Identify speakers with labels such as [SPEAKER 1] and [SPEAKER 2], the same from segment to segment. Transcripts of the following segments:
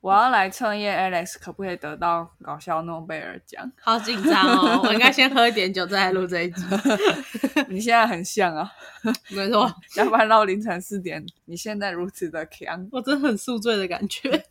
[SPEAKER 1] 我要来创业，Alex 可不可以得到搞笑诺贝尔奖？
[SPEAKER 2] 好紧张哦！我应该先喝一点酒，再来录这一集。
[SPEAKER 1] 你现在很像啊，
[SPEAKER 2] 没错，
[SPEAKER 1] 加班到凌晨四点，你现在如此的强，
[SPEAKER 2] 我真的很宿醉的感觉。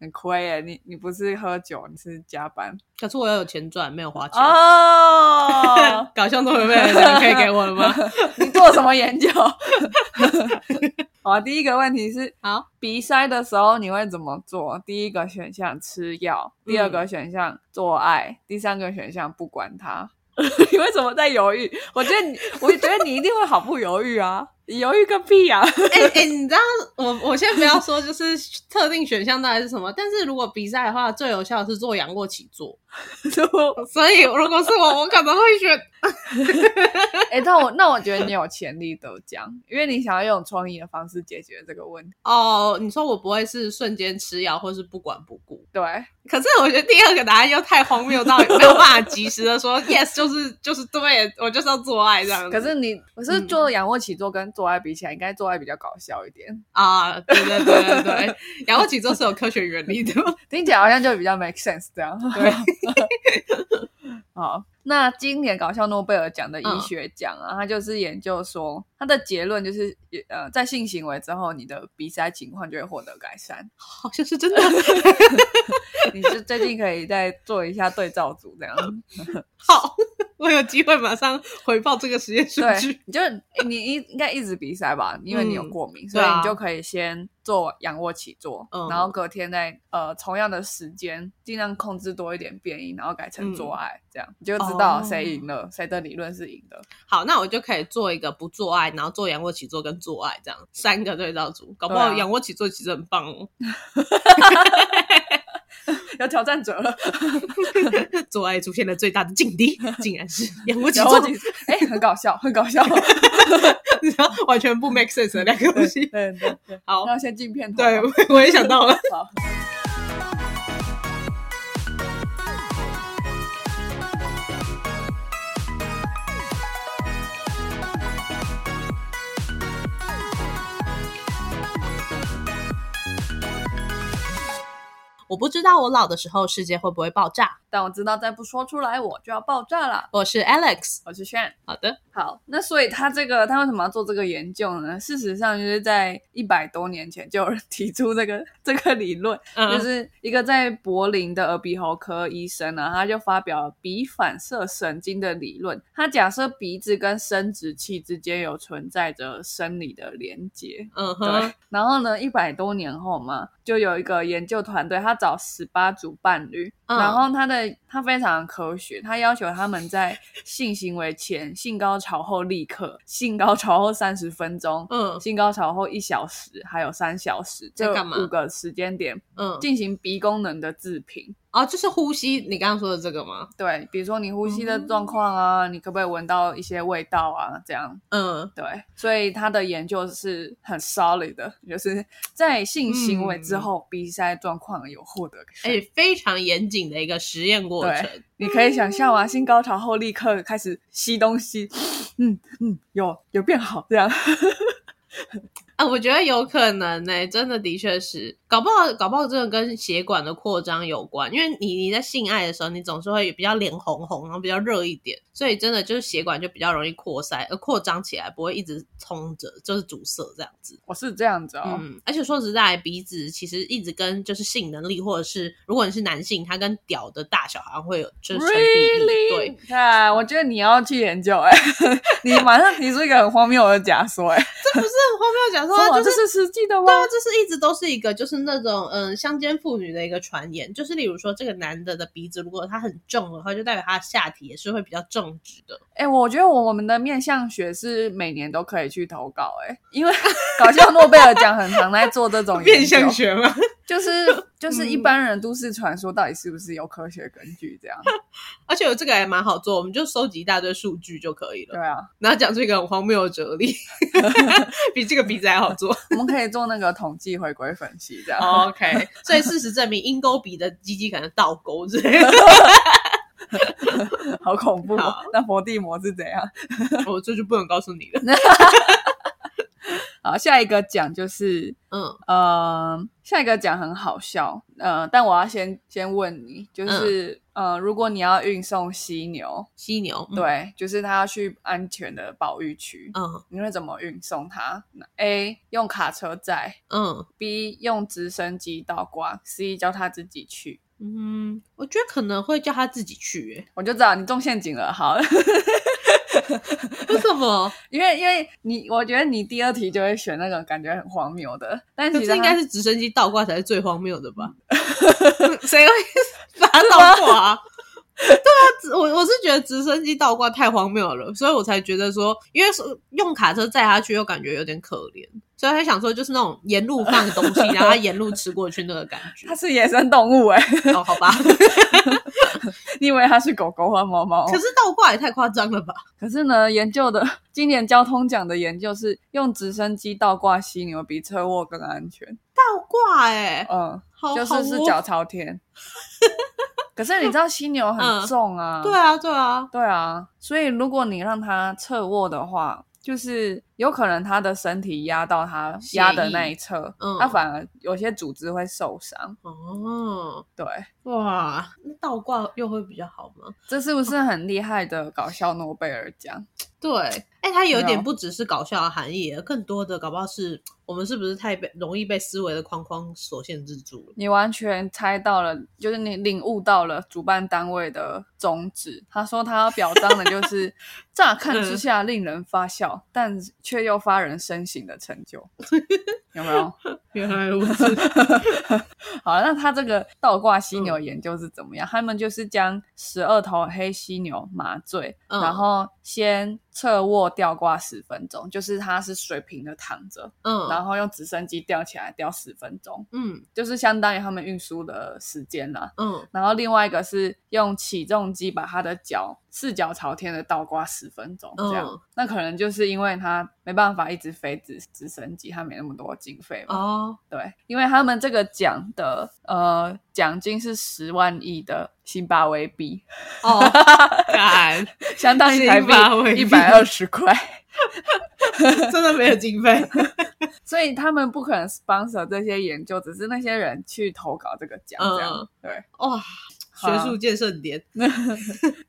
[SPEAKER 1] 很亏耶！你你不是喝酒，你是加班
[SPEAKER 2] 可是我要有钱赚，没有花钱。
[SPEAKER 1] 哦。
[SPEAKER 2] 搞笑诺贝尔奖可以给我了吗？
[SPEAKER 1] 你做什么研究？ 好啊，第一个问题是
[SPEAKER 2] 好，
[SPEAKER 1] 鼻塞的时候你会怎么做？第一个选项吃药，第二个选项做爱，第三个选项不管它。 你为什么在犹豫？我觉得你，我觉得你一定会毫不犹豫啊！你犹豫个屁 啊！
[SPEAKER 2] 哎、哎、你知道我我先不要说，就是特定选项到底是什么，但是如果比赛的话，最有效的是做仰卧起坐。所以如果是我，我可能会选。
[SPEAKER 1] 哎、但我那我觉得你有潜力得奖，因为你想要用创意的方式解决这个问题。
[SPEAKER 2] 哦，你说我不会是瞬间吃药，或是不管不顾？
[SPEAKER 1] 对，
[SPEAKER 2] 可是我觉得第二个答案又太荒谬到没有办法及时的说 yes，就是就是对，我就是要做爱这样子。
[SPEAKER 1] 可是你，我是做仰卧起坐跟做爱比起来，应该做爱比较搞笑一点，
[SPEAKER 2] 啊，对对对对对，仰卧起坐是有科学原理的。
[SPEAKER 1] 听起来好像就比较 make sense 这样。对， 好，那今年搞笑诺贝尔奖的医学奖啊，它就是研究说，它的结论就是，呃，在性行为之后，你的鼻塞情况就会获得改善。
[SPEAKER 2] 好像是真的，
[SPEAKER 1] 你就最近可以再做一下对照组这样。
[SPEAKER 2] 好， 我有机会马上回报这个实验数
[SPEAKER 1] 对
[SPEAKER 2] 据。，
[SPEAKER 1] 你就你一应该一直比赛吧，因为你有过敏，所以
[SPEAKER 2] 对啊
[SPEAKER 1] 你就可以先做仰卧起坐，
[SPEAKER 2] 嗯
[SPEAKER 1] 然后隔天再呃同样的时间尽量控制多一点变音，然后改成做爱，这样你就知道
[SPEAKER 2] 嗯哦
[SPEAKER 1] 谁赢了，谁的理论是赢的。
[SPEAKER 2] 好，那我就可以做一个不做爱，然后做仰卧起坐跟做爱这样三个对照组，搞不好
[SPEAKER 1] 对啊
[SPEAKER 2] 仰卧起坐其实很棒哦，
[SPEAKER 1] 有挑战者了，
[SPEAKER 2] 做爱出现了最大的劲敌， 竟 然是仰卧起
[SPEAKER 1] 然
[SPEAKER 2] 坐
[SPEAKER 1] 后，你哎、很搞笑，很搞笑。
[SPEAKER 2] 你知道完全不 make sense 的两个东
[SPEAKER 1] 对
[SPEAKER 2] 西。
[SPEAKER 1] 对对对，
[SPEAKER 2] 好，
[SPEAKER 1] 要先进片头。
[SPEAKER 2] 对，我我也想到了。
[SPEAKER 1] 好。
[SPEAKER 2] 我不知道我老的时候世界会不会爆炸。
[SPEAKER 1] 但我知道再不说出来我就要爆炸了。
[SPEAKER 2] 我是 Alex。
[SPEAKER 1] 我是炫。
[SPEAKER 2] 好的，
[SPEAKER 1] 好，那所以他这个他为什么要做这个研究呢？事实上，就是在一百多年前就有人提出这个这个理论，
[SPEAKER 2] 嗯，
[SPEAKER 1] 就是一个在柏林的耳鼻喉科医生呢，他就发表了鼻反射神经的理论。他假设鼻子跟生殖器之间有存在着生理的连接，
[SPEAKER 2] 嗯
[SPEAKER 1] 对
[SPEAKER 2] 哼，，
[SPEAKER 1] 然后呢，一百多年后嘛，就有一个研究团队，他找十八组伴侣，
[SPEAKER 2] 嗯
[SPEAKER 1] 然后他的他非常科学，他要求他们在性行为前、性高潮后立刻、性高潮后三十分钟、
[SPEAKER 2] 嗯
[SPEAKER 1] 性高潮后一小时，还有三小时
[SPEAKER 2] 在
[SPEAKER 1] 这
[SPEAKER 2] 干嘛
[SPEAKER 1] 五个时间点
[SPEAKER 2] 嗯，
[SPEAKER 1] 进行鼻功能的自评。
[SPEAKER 2] 哦，就是呼吸，你刚刚说的这个吗？
[SPEAKER 1] 对，比如说你呼吸的
[SPEAKER 2] 嗯
[SPEAKER 1] 状况啊，你可不可以闻到一些味道啊？这样，
[SPEAKER 2] 嗯，
[SPEAKER 1] 对，所以他的研究是很 solid 的，就是在性行为之后，鼻塞状况有获得改善。
[SPEAKER 2] 嗯哎、非常严谨的一个实验过程
[SPEAKER 1] 对。你可以想象啊，性高潮后立刻开始吸东西，嗯嗯，有有变好这样。
[SPEAKER 2] 啊，我觉得有可能呢、真的的确是，搞不好搞不好真的跟血管的扩张有关，因为你你在性爱的时候，你总是会比较脸红红，然后比较热一点，所以真的就是血管就比较容易扩塞，呃，扩张起来不会一直冲着，就是阻塞这样子。
[SPEAKER 1] 我是这样子哦，
[SPEAKER 2] 嗯，而且说实在，鼻子其实一直跟就是性能力，或者是如果你是男性，它跟屌的大小好像会有就是成比例。对，
[SPEAKER 1] really？啊，我觉得你要去研究哎、 你马上提出一个很荒谬的假说哎、
[SPEAKER 2] 这不是很荒谬的假说
[SPEAKER 1] 说
[SPEAKER 2] 啊，
[SPEAKER 1] 我
[SPEAKER 2] 就是。
[SPEAKER 1] 这是实际的吗
[SPEAKER 2] 对？啊，这是一直都是一个，就是那种嗯乡间妇女的一个传言，就是例如说这个男的的鼻子如果他很重的话，就代表他的下体也是会比较正直 的。
[SPEAKER 1] 哎、我觉得我们的面向学是每年都可以去投稿哎、因为 搞笑诺贝尔奖很常在做这种研究
[SPEAKER 2] 学嗯吗？
[SPEAKER 1] 就是就是一般人都市传说到底是不是有科学根据这样？
[SPEAKER 2] 而且我这个还蛮好做，我们就收集一大堆数据就可以
[SPEAKER 1] 对
[SPEAKER 2] 了，
[SPEAKER 1] 啊，
[SPEAKER 2] 然后讲出一个很荒谬的 哲理，比这个鼻子还好做。
[SPEAKER 1] 我们可以做那个统计回归分析这样。
[SPEAKER 2] OK，所以事实证明，鹰钩鼻的鸡鸡可能倒钩之类 的。
[SPEAKER 1] 好恐怖、哦
[SPEAKER 2] 好！
[SPEAKER 1] 那佛地魔是怎样？
[SPEAKER 2] 我这就不能告诉你了。
[SPEAKER 1] 好，下一个奖就是，
[SPEAKER 2] 嗯，
[SPEAKER 1] 呃，下一个奖很好笑，呃，但我要先先问你，
[SPEAKER 2] 嗯
[SPEAKER 1] 就是、呃，如果你要运送犀牛，
[SPEAKER 2] 犀牛，嗯，
[SPEAKER 1] 对，就是它要去安全的保育区，
[SPEAKER 2] 嗯
[SPEAKER 1] 你会怎么运送它？A 用卡车载
[SPEAKER 2] 嗯
[SPEAKER 1] ，B 用直升机倒挂，C 叫它自己去。
[SPEAKER 2] 嗯，我觉得可能会叫他自己去、欸，
[SPEAKER 1] 我就知道你中陷阱了， 好，
[SPEAKER 2] 为 什么？
[SPEAKER 1] 因为因为你，我觉得你第二题就会选那个感觉很荒谬的，但
[SPEAKER 2] 可
[SPEAKER 1] 其
[SPEAKER 2] 是
[SPEAKER 1] 实
[SPEAKER 2] 应该
[SPEAKER 1] 是
[SPEAKER 2] 是直升机倒挂才是最荒谬的 吧？谁会 把它倒挂、啊？ 对啊，我我是觉得直升机倒挂太荒谬了，所以我才觉得说，因为是用卡车载他去，又感觉有点可怜，所以才想说，就是那种沿路放东 西，然后他沿路吃过去那个感觉
[SPEAKER 1] 它。是野生动物哎、
[SPEAKER 2] 哦，好吧，
[SPEAKER 1] 你以为它是狗狗或猫猫？
[SPEAKER 2] 可是倒挂也太夸张了吧？
[SPEAKER 1] 可是呢，研究的今年交通奖的研究是用直升机倒挂犀牛比车祸更安全。
[SPEAKER 2] 倒挂哎、
[SPEAKER 1] 嗯，
[SPEAKER 2] 好哦
[SPEAKER 1] 就是是脚，朝 天。可是你知道犀牛
[SPEAKER 2] 嗯
[SPEAKER 1] 很重啊，
[SPEAKER 2] 好无对啊，对啊，
[SPEAKER 1] 对啊，所以如果你让它侧卧的话，就是有可能它的身体压到它
[SPEAKER 2] 血
[SPEAKER 1] 压的
[SPEAKER 2] 液
[SPEAKER 1] 那一侧，
[SPEAKER 2] 嗯
[SPEAKER 1] 它反而有些组织会受伤。
[SPEAKER 2] 哦，
[SPEAKER 1] 对，
[SPEAKER 2] 哇，那倒挂又会比较好吗？
[SPEAKER 1] 这是不是很厉害的搞笑诺贝尔奖？
[SPEAKER 2] 对，哎、它有
[SPEAKER 1] 对
[SPEAKER 2] 点
[SPEAKER 1] 啊
[SPEAKER 2] 不只是搞笑的含义，更多的搞不好是我们是不是太被容易被思维的框框所限制住了？
[SPEAKER 1] 你完全猜到了，就是你领悟到了主办单位的宗旨。他说他要表彰的就是 乍看之
[SPEAKER 2] 嗯
[SPEAKER 1] 下令人发笑，但却又发人深省的成 就，有没有？
[SPEAKER 2] 原来如此，
[SPEAKER 1] 好，那他这个倒挂犀
[SPEAKER 2] 嗯
[SPEAKER 1] 牛研究是怎么样？他们就是将十二头黑犀牛麻醉，
[SPEAKER 2] 嗯
[SPEAKER 1] 然后先侧卧吊挂十分钟，就是它是水平的躺着，
[SPEAKER 2] 嗯
[SPEAKER 1] 然后用直升机吊起来吊十分钟，
[SPEAKER 2] 嗯
[SPEAKER 1] 就是相当于他们运输的时间啦。
[SPEAKER 2] 嗯，
[SPEAKER 1] 然后另外一个是用起重机把他的脚四脚朝天的倒挂十分钟，这样、
[SPEAKER 2] 嗯
[SPEAKER 1] 那可能就是因为他没办法一直飞直直升机，他没那么多经费嘛。
[SPEAKER 2] 哦，
[SPEAKER 1] 对，因为他们这个奖的呃奖金是十万亿的辛巴威币，
[SPEAKER 2] 哦，干，
[SPEAKER 1] 相当于台
[SPEAKER 2] 辛巴威
[SPEAKER 1] 币
[SPEAKER 2] 币
[SPEAKER 1] 一百二十块，
[SPEAKER 2] 真的没有经费，
[SPEAKER 1] 所以他们不可能 sponsor 这些研究，只是那些人去投稿这个奖这样。
[SPEAKER 2] 嗯
[SPEAKER 1] 对，
[SPEAKER 2] 哇，
[SPEAKER 1] 好
[SPEAKER 2] 学术界盛典，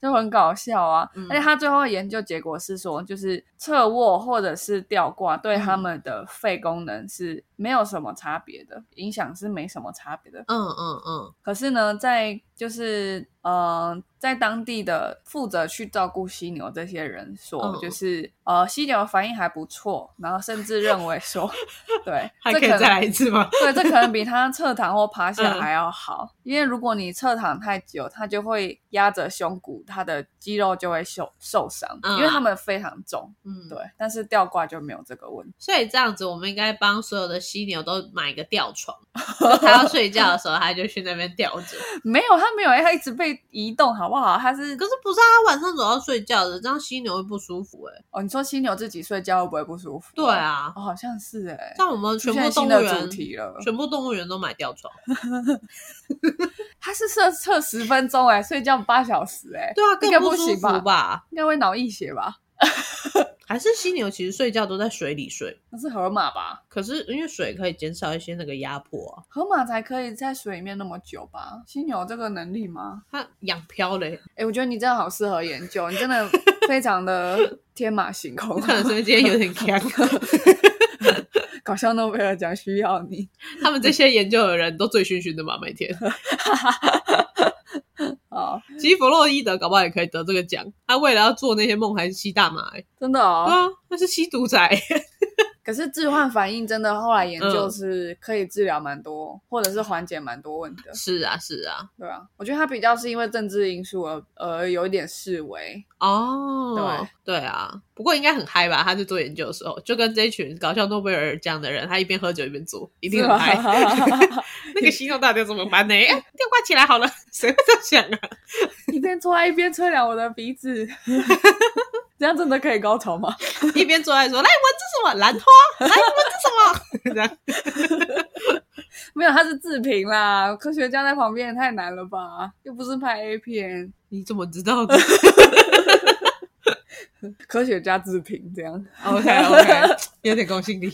[SPEAKER 1] 就很搞笑啊！
[SPEAKER 2] 嗯
[SPEAKER 1] 而且他最后的研究结果是说，就是侧卧或者是吊挂对他
[SPEAKER 2] 嗯
[SPEAKER 1] 们的肺功能是没有什么差别的，影响是没什么差别的。
[SPEAKER 2] 嗯嗯嗯
[SPEAKER 1] 可是呢，在就是呃，在当地的负责去照顾犀牛这些人说，
[SPEAKER 2] 嗯
[SPEAKER 1] 就是呃，犀牛反应还不错，然后甚至认为说， 对，
[SPEAKER 2] 还
[SPEAKER 1] 这
[SPEAKER 2] 可以
[SPEAKER 1] 能
[SPEAKER 2] 再来一次吗？
[SPEAKER 1] 对，这可能比他侧躺或趴下
[SPEAKER 2] 嗯
[SPEAKER 1] 还要好，因为如果你侧躺太久，它就会压着胸骨，它的肌肉就会受受伤，
[SPEAKER 2] 嗯
[SPEAKER 1] 因为它们非常重。
[SPEAKER 2] 嗯，
[SPEAKER 1] 对。，但是吊挂就没有这个问题。
[SPEAKER 2] 所以这样子，我们应该帮所有的犀牛都买一个吊 床，就它要睡觉的时候，它就去那边吊着。
[SPEAKER 1] 没有，它没有，它一直被移动，好不好？它是
[SPEAKER 2] 可是不是啊它晚上总要睡觉的，这样犀牛会不舒服哎、
[SPEAKER 1] 哦，你说犀牛自己睡觉会不会不舒服？
[SPEAKER 2] 对，啊，
[SPEAKER 1] 哦，好像是哎、
[SPEAKER 2] 像我们全
[SPEAKER 1] 出
[SPEAKER 2] 部
[SPEAKER 1] 现新
[SPEAKER 2] 动物
[SPEAKER 1] 的主
[SPEAKER 2] 园，
[SPEAKER 1] 题了，
[SPEAKER 2] 全部动物园都买吊床。
[SPEAKER 1] 它是测测十分钟哎、睡觉八小时哎、
[SPEAKER 2] 对啊，
[SPEAKER 1] 应
[SPEAKER 2] 更
[SPEAKER 1] 该
[SPEAKER 2] 不
[SPEAKER 1] 不
[SPEAKER 2] 舒
[SPEAKER 1] 行
[SPEAKER 2] 服吧？
[SPEAKER 1] 应该会脑溢血吧？
[SPEAKER 2] 还是犀牛其实睡觉都在水里睡，
[SPEAKER 1] 那是河马吧？
[SPEAKER 2] 可是因为水可以减少一些那个压迫、啊，
[SPEAKER 1] 河马才可以在水里面那么久吧？犀牛有这个能力吗？
[SPEAKER 2] 它养漂嘞。
[SPEAKER 1] 哎、我觉得你真的好适合研究，你真 的非常的天马行空
[SPEAKER 2] 我，可能是因为今天有点干，
[SPEAKER 1] 搞笑诺贝尔奖需要你。
[SPEAKER 2] 他们这些研究的人都醉醺醺的嘛，每天。
[SPEAKER 1] 哦，
[SPEAKER 2] 其实弗洛伊德搞不好也可以得这个奖，他为了要做那些梦还是吸大麻、欸，
[SPEAKER 1] 真的
[SPEAKER 2] 对
[SPEAKER 1] 哦。
[SPEAKER 2] 啊，他是吸毒仔、
[SPEAKER 1] 可是置换反应真的后来研
[SPEAKER 2] 嗯
[SPEAKER 1] 究是可以治疗蛮多，或者是缓解蛮多问题的，
[SPEAKER 2] 是啊，是啊，
[SPEAKER 1] 对啊。我觉得它比较是因为政治因素而而有一点示威，
[SPEAKER 2] 哦，对啊，不过应该很嗨吧？他在做研究的时候，就跟这一群搞笑诺贝尔奖的人，他一边喝酒一边做，一
[SPEAKER 1] 一
[SPEAKER 2] 定很嗨。那个犀牛到底要怎么办 呢？哎吊挂起来好了，谁会这样想 啊？
[SPEAKER 1] 一边做爱一边吹凉我的鼻子，这样真的可以高潮吗？
[SPEAKER 2] 一边坐在说来闻这什么兰花，来闻这什么，这样
[SPEAKER 1] 没有，它是自评啦，科学家在旁边也太难 了吧？又不是拍 A 片。
[SPEAKER 2] 你怎么知道的？
[SPEAKER 1] 科学家自评这样。哦
[SPEAKER 2] OK OK，有点公 信力。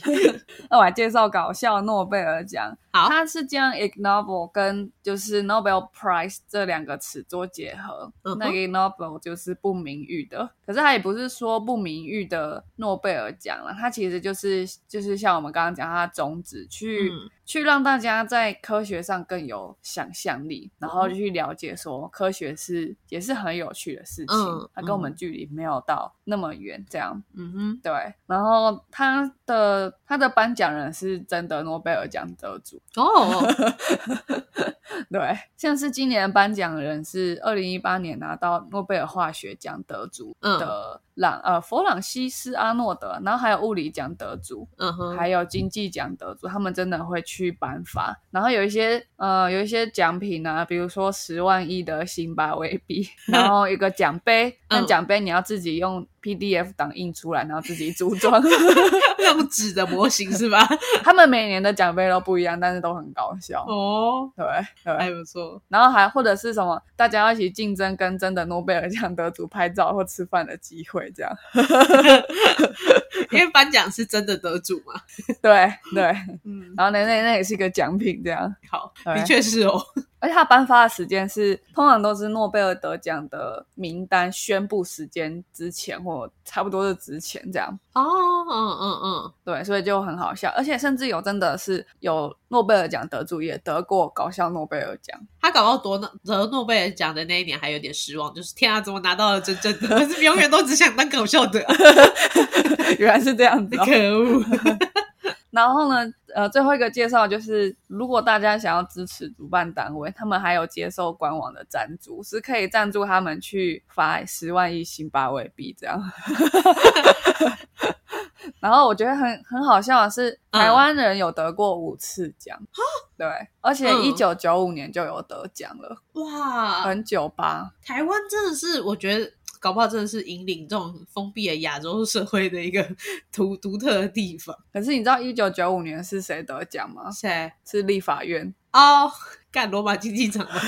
[SPEAKER 1] 那我来介绍搞笑诺贝尔奖，
[SPEAKER 2] 好
[SPEAKER 1] 它是将 Ig Nobel 跟就是 Nobel Prize 这两个词做结合。
[SPEAKER 2] 嗯哼
[SPEAKER 1] 那 Ig Nobel 就是不名誉的，可是它也不是说不名誉的诺贝尔奖了，它其实就是就是像我们刚刚讲，它的宗旨去、
[SPEAKER 2] 嗯
[SPEAKER 1] 去让大家在科学上更有想象力，然后去了解说科学是也是很有趣的事情，
[SPEAKER 2] 嗯
[SPEAKER 1] 它跟我们
[SPEAKER 2] 嗯
[SPEAKER 1] 距离没有到那么远这样。
[SPEAKER 2] 嗯哼，
[SPEAKER 1] 对，然后他的他的颁奖人是真的诺贝尔奖得主，
[SPEAKER 2] 哦，
[SPEAKER 1] 对，像是今年的颁奖人是二零一八年拿到诺贝尔化学奖得主
[SPEAKER 2] 嗯
[SPEAKER 1] 的朗、呃弗朗西斯阿诺德，然后还有物理奖得主，
[SPEAKER 2] 嗯哼，
[SPEAKER 1] 还有经济奖得主，他们真的会去颁发，然后有一些呃有一些奖品啊，比如说十万亿的辛巴威币， 然后一个奖杯，那
[SPEAKER 2] 嗯
[SPEAKER 1] 奖杯你要自己用 PDF 档印出来，然后自己组装。
[SPEAKER 2] 用纸的模型是 吧？
[SPEAKER 1] 他们每年的奖杯都不一样，但是都很搞笑。
[SPEAKER 2] 哦，
[SPEAKER 1] 对对，
[SPEAKER 2] 还不错。
[SPEAKER 1] 然后还或者是什么，大家要一起竞争跟真的诺贝尔奖得主拍照或吃饭的机会，这样。
[SPEAKER 2] 因为颁奖是真的得主嘛。
[SPEAKER 1] 对对，
[SPEAKER 2] 嗯，
[SPEAKER 1] 然后那那那也是一个奖品，这样。
[SPEAKER 2] 好，
[SPEAKER 1] 对
[SPEAKER 2] 的确是哦。
[SPEAKER 1] 而且它颁发的时间是通常都是诺贝尔得奖的名单宣布时间之前或差不多是之前这样。
[SPEAKER 2] 哦，嗯嗯
[SPEAKER 1] 对，所以就很好笑，而且甚至有真的是有诺贝尔奖得主也得过搞笑诺贝尔奖。
[SPEAKER 2] 嗯，他搞到夺得诺贝尔奖的那一年还有点失望，就是天啊，怎么拿到了真正的？可是永远都只想当搞笑的，
[SPEAKER 1] 原来是这样子、哦
[SPEAKER 2] 可，恶。
[SPEAKER 1] 然后呢，呃，最后一个介绍就是，如果大家想要支持主办单位，他们还有接受官网的赞助，是可以赞助他们去发十万亿辛巴威币这样。然后我觉得很很好笑的是，
[SPEAKER 2] 嗯
[SPEAKER 1] 台湾人有得过五次奖，对，而且
[SPEAKER 2] 嗯
[SPEAKER 1] 一九九五年就有得奖了，
[SPEAKER 2] 哇，
[SPEAKER 1] 很久吧？
[SPEAKER 2] 台湾真的是，我觉得。搞不好真的是引领这种封闭的亚洲社会的一个独独特的地方。
[SPEAKER 1] 可是你知道一九九五年是谁得奖吗？
[SPEAKER 2] 谁？
[SPEAKER 1] 是立法院，
[SPEAKER 2] 哦，干罗马竞技场吗？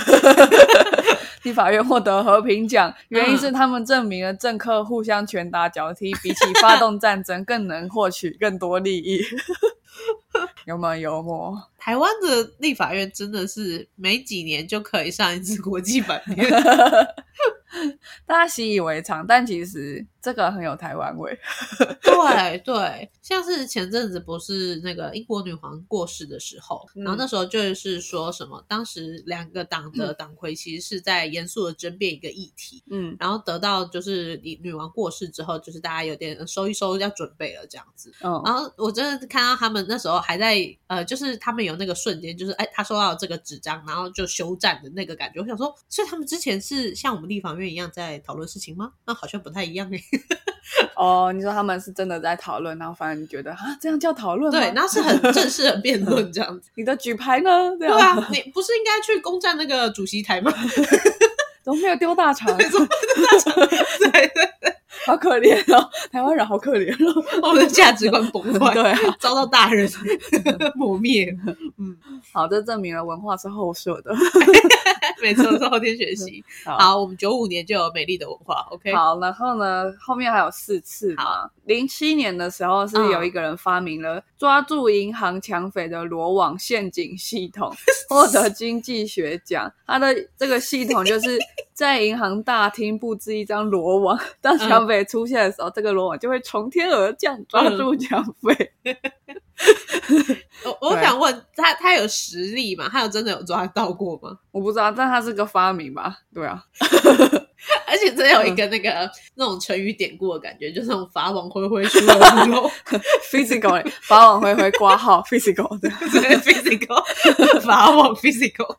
[SPEAKER 1] 立法院获得和平
[SPEAKER 2] 嗯
[SPEAKER 1] 奖，原因是他们证明了政客互相拳打脚踢，比起发动战争更能获取更多利 益。有没有幽默？
[SPEAKER 2] 台湾的立法院真的是每几年就可以上一次国际版面，
[SPEAKER 1] 大家习以为常，但其实这个很有台湾味。
[SPEAKER 2] 对对，像是前阵子不是那个英国女皇过世的时候，
[SPEAKER 1] 嗯
[SPEAKER 2] 然后那时候就是说什么，当时两个党的党魁其实是在严肃的争辩一个议题，
[SPEAKER 1] 嗯
[SPEAKER 2] 然后得到就是女女王过世之后，就是大家有点呃收一收要准备了这样子。
[SPEAKER 1] 嗯
[SPEAKER 2] 然后我真的看到他们那时候还在呃，就是他们有那个瞬间，就是哎，他收到这个纸张，然后就休战的那个感觉。我想说，所以他们之前是像我们立法院一样在讨论事情吗？那好像不太一 样哎、
[SPEAKER 1] 哦，你说他们是真的在讨论，然后反而你觉得啊，这样叫讨论吗？
[SPEAKER 2] 对，然后是很正式的辩论这样子。
[SPEAKER 1] 你的举牌呢？这
[SPEAKER 2] 对
[SPEAKER 1] 样、
[SPEAKER 2] 啊，你不是应该去攻占那个主席 台吗？
[SPEAKER 1] 怎么没有丢大肠？
[SPEAKER 2] 对对，
[SPEAKER 1] 好可怜哦，台湾人好可怜哦。
[SPEAKER 2] 我们的价值观崩 坏，
[SPEAKER 1] 对啊，
[SPEAKER 2] 遭到大人 磨灭。嗯，
[SPEAKER 1] 好，这证明了文化是后设的。
[SPEAKER 2] 没错，是后天学习。
[SPEAKER 1] 好
[SPEAKER 2] 好，我们九五年就有美丽的文化，OK？
[SPEAKER 1] 好，然后呢，后面还有四次嘛。零七年的时候是有一个人发明了抓住银行抢匪的罗网陷阱系统，获得经济学奖。他的这个系统就是在银行大厅布置一张罗网，当抢匪出现的时候，这个罗网就会从天而降，抓住抢匪。
[SPEAKER 2] 我我
[SPEAKER 1] 对
[SPEAKER 2] 想问他，他有实力吗？他有真的有抓到过吗？
[SPEAKER 1] 我不知道，但它是个发明吧？对啊，
[SPEAKER 2] 而且真有一个那个、那种成语典故的感觉，就是那种法网恢恢，疏而 不 漏，
[SPEAKER 1] physical 欸法网恢恢挂号 physical 的，
[SPEAKER 2] 对 physical 法网 physical，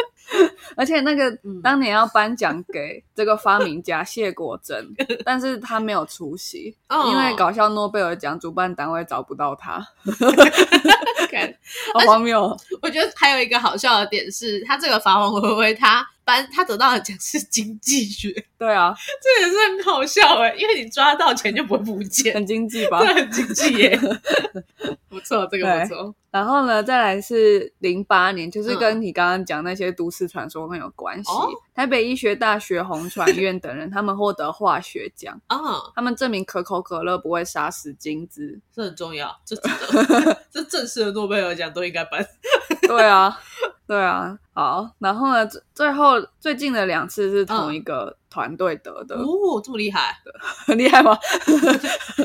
[SPEAKER 1] 而且那个
[SPEAKER 2] 嗯
[SPEAKER 1] 当年要颁奖给这个发明家谢国珍，但是他没有出席，
[SPEAKER 2] 哦
[SPEAKER 1] 因为搞笑诺贝尔奖主办单位找不到他，
[SPEAKER 2] 看
[SPEAKER 1] 好荒谬哦！
[SPEAKER 2] 我觉得还有一个好笑的点是，他这个法网恢恢，他颁他得到的奖是经济学，
[SPEAKER 1] 对啊，
[SPEAKER 2] 这也是很好笑哎、因为你抓到钱就不会不见，
[SPEAKER 1] 很经济吧？
[SPEAKER 2] 这很经济耶、不错，这个
[SPEAKER 1] 对
[SPEAKER 2] 不错。
[SPEAKER 1] 然后呢，再来是零八年，就是跟你刚刚讲那些都市传说很有关系。
[SPEAKER 2] 哦
[SPEAKER 1] 台北医学大学红传院等人，他们获得化学奖，
[SPEAKER 2] 啊，
[SPEAKER 1] 他们证明可口可乐不会杀死金枝。
[SPEAKER 2] 这很重要，这值得， 这正式的诺贝尔奖都应该颁。
[SPEAKER 1] 对啊，对啊，好。然后呢，最最后最近的两次是同一个团队得的，
[SPEAKER 2] 哦，这么厉害，
[SPEAKER 1] 很 厉害吗？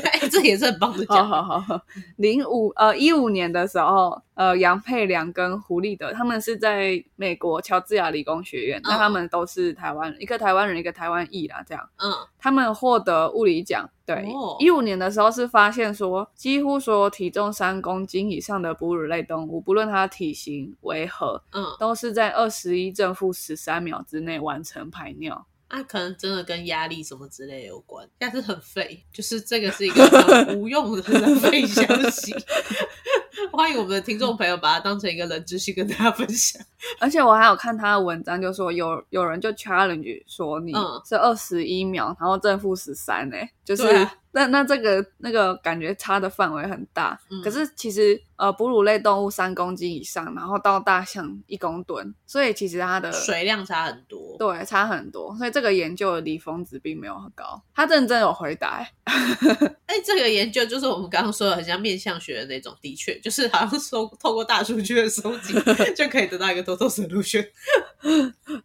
[SPEAKER 2] 哎，这也是很棒的
[SPEAKER 1] 好
[SPEAKER 2] 奖。
[SPEAKER 1] 好好好，零五呃一五年的时候，呃杨佩良跟胡立德他们是在美国乔治亚理工学院，那、
[SPEAKER 2] 嗯
[SPEAKER 1] 他们都是台湾人，一个台湾人，一个台湾裔啦，这样
[SPEAKER 2] 嗯，
[SPEAKER 1] 他们获得物理奖。对
[SPEAKER 2] 哦，
[SPEAKER 1] 一五、年的时候是发现说，几乎所有体重三公斤以上的哺乳类动物，不论它体型为何，
[SPEAKER 2] 嗯，
[SPEAKER 1] 都是在二十一正负十三秒之内完成排尿。
[SPEAKER 2] 那、啊可能真的跟压力什么之类有关，但是很废，就是这个是一个很无用的废消息。 欢迎我们的听众朋友把它当成一个冷知识跟大家分享。
[SPEAKER 1] 而且我还有看他的文章，就说有有人就 challenge 说你
[SPEAKER 2] 嗯
[SPEAKER 1] 是二十一秒，然后正负十三哎，就是、
[SPEAKER 2] 对啊
[SPEAKER 1] 那那这个那个感觉差的范围很大。
[SPEAKER 2] 嗯
[SPEAKER 1] 可是其实呃，哺乳类动物三公斤以上，然后到大象一公吨，所以其实它的
[SPEAKER 2] 水量差很多，
[SPEAKER 1] 呃对差很多，所以这个研究的离峰值并没有很高。他认真有回答、欸，
[SPEAKER 2] 哎，这个研究就是我们刚刚说的，很像面相学的那种，的确就是好像搜透过大数据的收集就可以得到一个 total solution。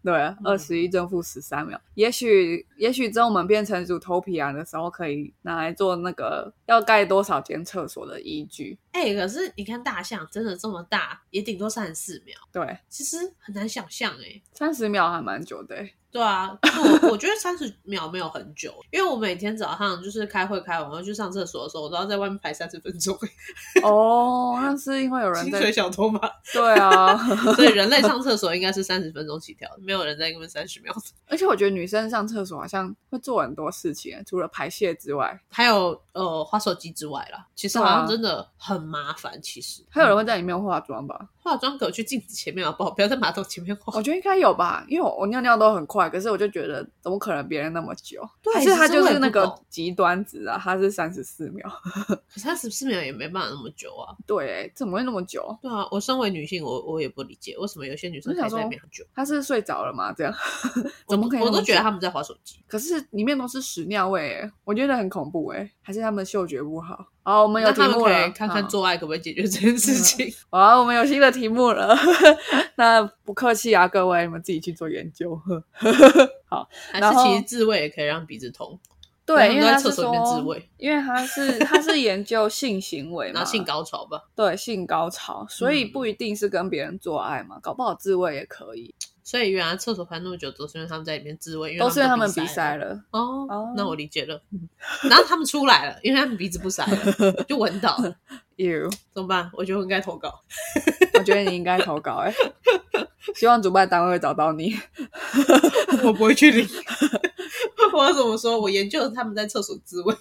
[SPEAKER 1] 对，啊
[SPEAKER 2] 嗯
[SPEAKER 1] 二十一正负十三秒。也许，也许之后我们变成 Zootopia 的时候，可以拿来做那个要盖多少间厕所的依据。
[SPEAKER 2] 哎，可是你看大象真的这么大，也顶多三十四秒，
[SPEAKER 1] 对，
[SPEAKER 2] 其实很难想象哎、
[SPEAKER 1] 三十秒还蛮久的 欸。
[SPEAKER 2] 对啊， 我我觉得三十秒没有很久，因为我每天早上就是开会开完，我去上厕所的时候，我都要在外面排三十分钟。
[SPEAKER 1] 哦，那是因为 有人
[SPEAKER 2] 薪
[SPEAKER 1] 在
[SPEAKER 2] 水。小 偷嘛，
[SPEAKER 1] 对啊，
[SPEAKER 2] 所以人类上厕所应该是三十分钟起跳，没有人在那边三十秒。
[SPEAKER 1] 而且我觉得女生上厕所好像会做很多事情欸，除了排泄之外，
[SPEAKER 2] 还有呃，花手机之外啦，其实好
[SPEAKER 1] 对啊
[SPEAKER 2] 像真的很麻烦。其实嗯
[SPEAKER 1] 还有人会在里面化妆吧？
[SPEAKER 2] 化妆可去镜子前面好不好？不要在马桶前面化
[SPEAKER 1] 我。觉得应该有吧，因为我我尿尿都很快，可是我就觉得怎么可能别人那么久？
[SPEAKER 2] 对
[SPEAKER 1] 还是他
[SPEAKER 2] 其实
[SPEAKER 1] 就
[SPEAKER 2] 我也
[SPEAKER 1] 是那
[SPEAKER 2] 不
[SPEAKER 1] 个
[SPEAKER 2] 懂
[SPEAKER 1] 极端值啊，他是三十四秒。
[SPEAKER 2] 可三十四秒也没办法那么久啊。
[SPEAKER 1] 对欸，怎么会那么久？
[SPEAKER 2] 对啊，我身为女性，我我也不理解为什么有些女生
[SPEAKER 1] 我
[SPEAKER 2] 可
[SPEAKER 1] 想
[SPEAKER 2] 以在那
[SPEAKER 1] 说
[SPEAKER 2] 边很久。
[SPEAKER 1] 他是睡着了吗？这样怎
[SPEAKER 2] 我
[SPEAKER 1] 么
[SPEAKER 2] 都
[SPEAKER 1] 可以
[SPEAKER 2] 我
[SPEAKER 1] 那
[SPEAKER 2] 都
[SPEAKER 1] 么
[SPEAKER 2] 觉得
[SPEAKER 1] 久
[SPEAKER 2] 他们在划手机。
[SPEAKER 1] 可是里面都是屎尿味、欸，我觉得很恐怖哎、还是他们嗅觉不好？好，我们有
[SPEAKER 2] 那
[SPEAKER 1] 题
[SPEAKER 2] 他们
[SPEAKER 1] 目
[SPEAKER 2] 可
[SPEAKER 1] 了嗯
[SPEAKER 2] 以，看
[SPEAKER 1] 好
[SPEAKER 2] 看做爱可不可以解决这件事情。
[SPEAKER 1] 好，我们有新的题目了。 那不客气啊，各位，你们自己去做研究。
[SPEAKER 2] 还
[SPEAKER 1] 然
[SPEAKER 2] 是
[SPEAKER 1] 后
[SPEAKER 2] 其实自慰也可以让鼻子痛，
[SPEAKER 1] 对，
[SPEAKER 2] 他
[SPEAKER 1] 因
[SPEAKER 2] 们
[SPEAKER 1] 为
[SPEAKER 2] 都在
[SPEAKER 1] 他
[SPEAKER 2] 厕
[SPEAKER 1] 是
[SPEAKER 2] 所里面自
[SPEAKER 1] 说，
[SPEAKER 2] 慰，
[SPEAKER 1] 因为他是他是研究性行 为
[SPEAKER 2] 然
[SPEAKER 1] 嘛，
[SPEAKER 2] 后性高潮吧。
[SPEAKER 1] 对性高潮，所以
[SPEAKER 2] 嗯
[SPEAKER 1] 不一定是跟别人做爱嘛，搞不好自慰也可以，
[SPEAKER 2] 所以原来厕所排那么久，都是因为他们在里面自慰，因为
[SPEAKER 1] 都是因为他们
[SPEAKER 2] 鼻
[SPEAKER 1] 鼻塞
[SPEAKER 2] 了。
[SPEAKER 1] 了。
[SPEAKER 2] 哦，
[SPEAKER 1] 哦
[SPEAKER 2] 那我理解了。然后他们出来了，因为他们鼻子不塞了，就闻 到了，
[SPEAKER 1] You，
[SPEAKER 2] 怎么办？我觉得我应该投稿。
[SPEAKER 1] 我觉得你应该投稿哎、希望主办单位会找到你。
[SPEAKER 2] 我不会去理。 我要怎么说？我研究了他们在厕所自慰。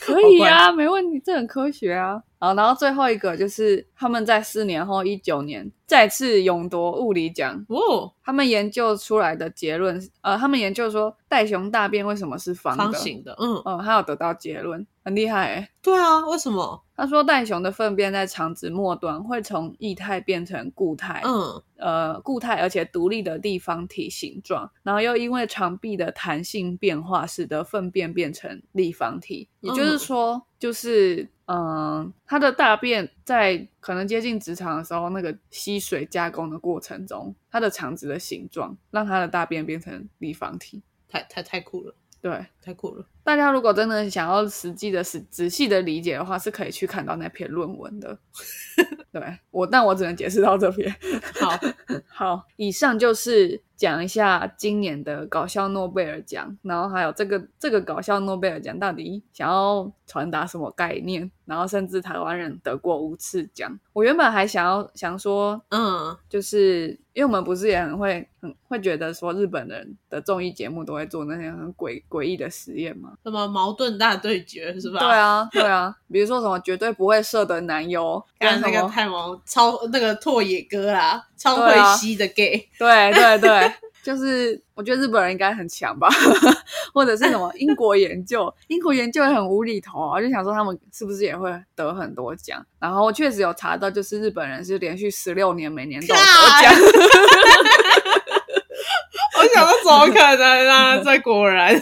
[SPEAKER 1] 可以啊，没问题，这很科学啊。好，然后最后一个就是他们在四年后，一九年再次勇夺物理奖。
[SPEAKER 2] 哦，
[SPEAKER 1] 他们研究出来的结论，呃，他们研究说袋熊大便为什么是方的？
[SPEAKER 2] 方形的，嗯，
[SPEAKER 1] 嗯，他有得到结论，很厉害诶。
[SPEAKER 2] 对啊，为什么？
[SPEAKER 1] 他说袋熊的粪便在肠子末端会从液态变成固态，
[SPEAKER 2] 嗯，
[SPEAKER 1] 呃固态而且独立的立方体形状，然后又因为肠壁的弹性变化，使得粪便变成立方体。也就是
[SPEAKER 2] 嗯
[SPEAKER 1] 说，就是嗯、呃它的大便在可能接近直肠的时候，那个吸水加工的过程中，它的肠子的形状让它的大便变成立方体。
[SPEAKER 2] 太太太酷了，
[SPEAKER 1] 对。
[SPEAKER 2] 太酷了。
[SPEAKER 1] 大家如果真的想要实际的、实仔细的理解的话，是可以去看到那篇论文的。 对我，但我只能解释到这边。
[SPEAKER 2] 好，
[SPEAKER 1] 好，以上就是讲一下今年的搞笑诺贝尔奖，然后还有这个这个搞笑诺贝尔奖到底想要传达什么概念，然后甚至台湾人得过五次奖。我原本还想要想说，
[SPEAKER 2] 嗯，
[SPEAKER 1] 就是因为我们不是也很会很会觉得说日本人的综艺节目都会做那些很诡诡异的实验吗？
[SPEAKER 2] 什么矛盾大对决是吧？
[SPEAKER 1] 对啊，对啊，比如说什么绝对不会射的男优， 干
[SPEAKER 2] 干那
[SPEAKER 1] 什
[SPEAKER 2] 个
[SPEAKER 1] 么？
[SPEAKER 2] 太毛超那个拓野哥啦，超
[SPEAKER 1] 对啊
[SPEAKER 2] 会吸的 gay，、
[SPEAKER 1] 对对对，就是我觉得日本人应该很强吧， 或者是什么英国研究，英国研究也很无厘头啊，就想说他们是不是也会得很多奖？然后确实有查到，就是日本人是连续十六年每年都有得
[SPEAKER 2] 啊
[SPEAKER 1] 奖，
[SPEAKER 2] 我想说怎么可能 啊？这果然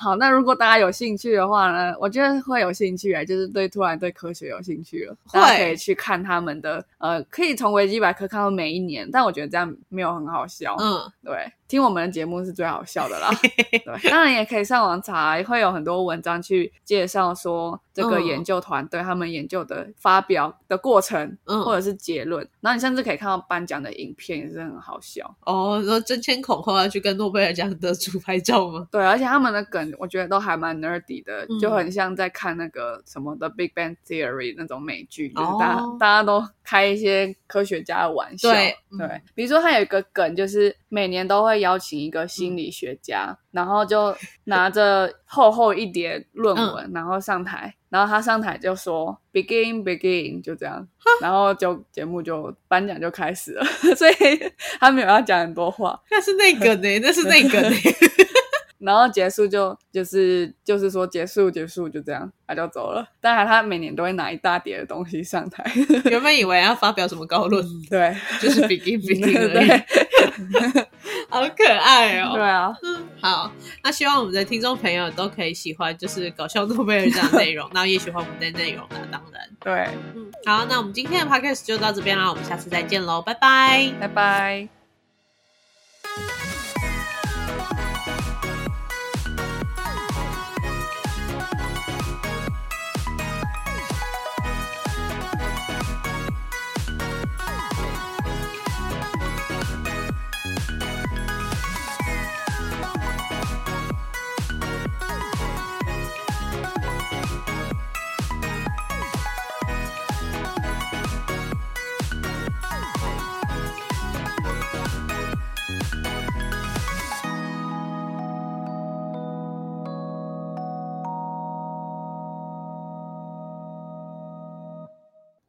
[SPEAKER 1] 好，那如果大家有兴趣的话呢，我觉得会有兴趣啊，就是对突然对科学有兴趣了，
[SPEAKER 2] 会
[SPEAKER 1] 大家可以去看他们的，呃，可以从维基百科看到每一年，但我觉得这样没有很好笑，
[SPEAKER 2] 嗯，
[SPEAKER 1] 对，听我们的节目是最好笑的啦，对，当然也可以上网查，会有很多文章去介绍说这个
[SPEAKER 2] 嗯
[SPEAKER 1] 研究团队他们研究的发表的过程，
[SPEAKER 2] 嗯
[SPEAKER 1] 或者是结论，然后你甚至可以看到颁奖的影片，也是很好笑。
[SPEAKER 2] 哦，说争先恐后要去跟诺贝尔奖得主拍照吗？
[SPEAKER 1] 对，而且他们的梗我觉得都还蛮 nerdy 的，
[SPEAKER 2] 嗯
[SPEAKER 1] 就很像在看那个什么的《Big Bang Theory》那种美剧，就是大家、
[SPEAKER 2] 哦
[SPEAKER 1] 大家都开一些科学家的玩笑。
[SPEAKER 2] 对嗯
[SPEAKER 1] 对，比如说他有一个梗，就是每年都会邀请一个心
[SPEAKER 2] 嗯
[SPEAKER 1] 理学家，然后就拿着厚厚一叠论
[SPEAKER 2] 嗯
[SPEAKER 1] 文，然后上台，然后他上台就说 “begin begin”，就这样，然后就节目就颁奖就开始了， 所以他没有要讲很多话。
[SPEAKER 2] 那是那个 呢，那是欸那个呢。
[SPEAKER 1] 然后结束就就是就是说结束结束就这样，他就走了。当然他每年都会拿一大叠的东西上台，
[SPEAKER 2] 原本以为要发表什么高论，
[SPEAKER 1] 对
[SPEAKER 2] 就是 begin
[SPEAKER 1] 对
[SPEAKER 2] begin 而已
[SPEAKER 1] 对
[SPEAKER 2] 好可爱哦、
[SPEAKER 1] 对啊，
[SPEAKER 2] 嗯，好，那希望我们的听众朋友都可以喜欢，就是搞笑诺贝尔奖的内 容，那也喜欢我们的内容啦，当然。
[SPEAKER 1] 对，
[SPEAKER 2] 嗯，好，那我们今天的 podcast 就到这边啦，我们下次再见喽，拜拜。
[SPEAKER 1] 拜拜。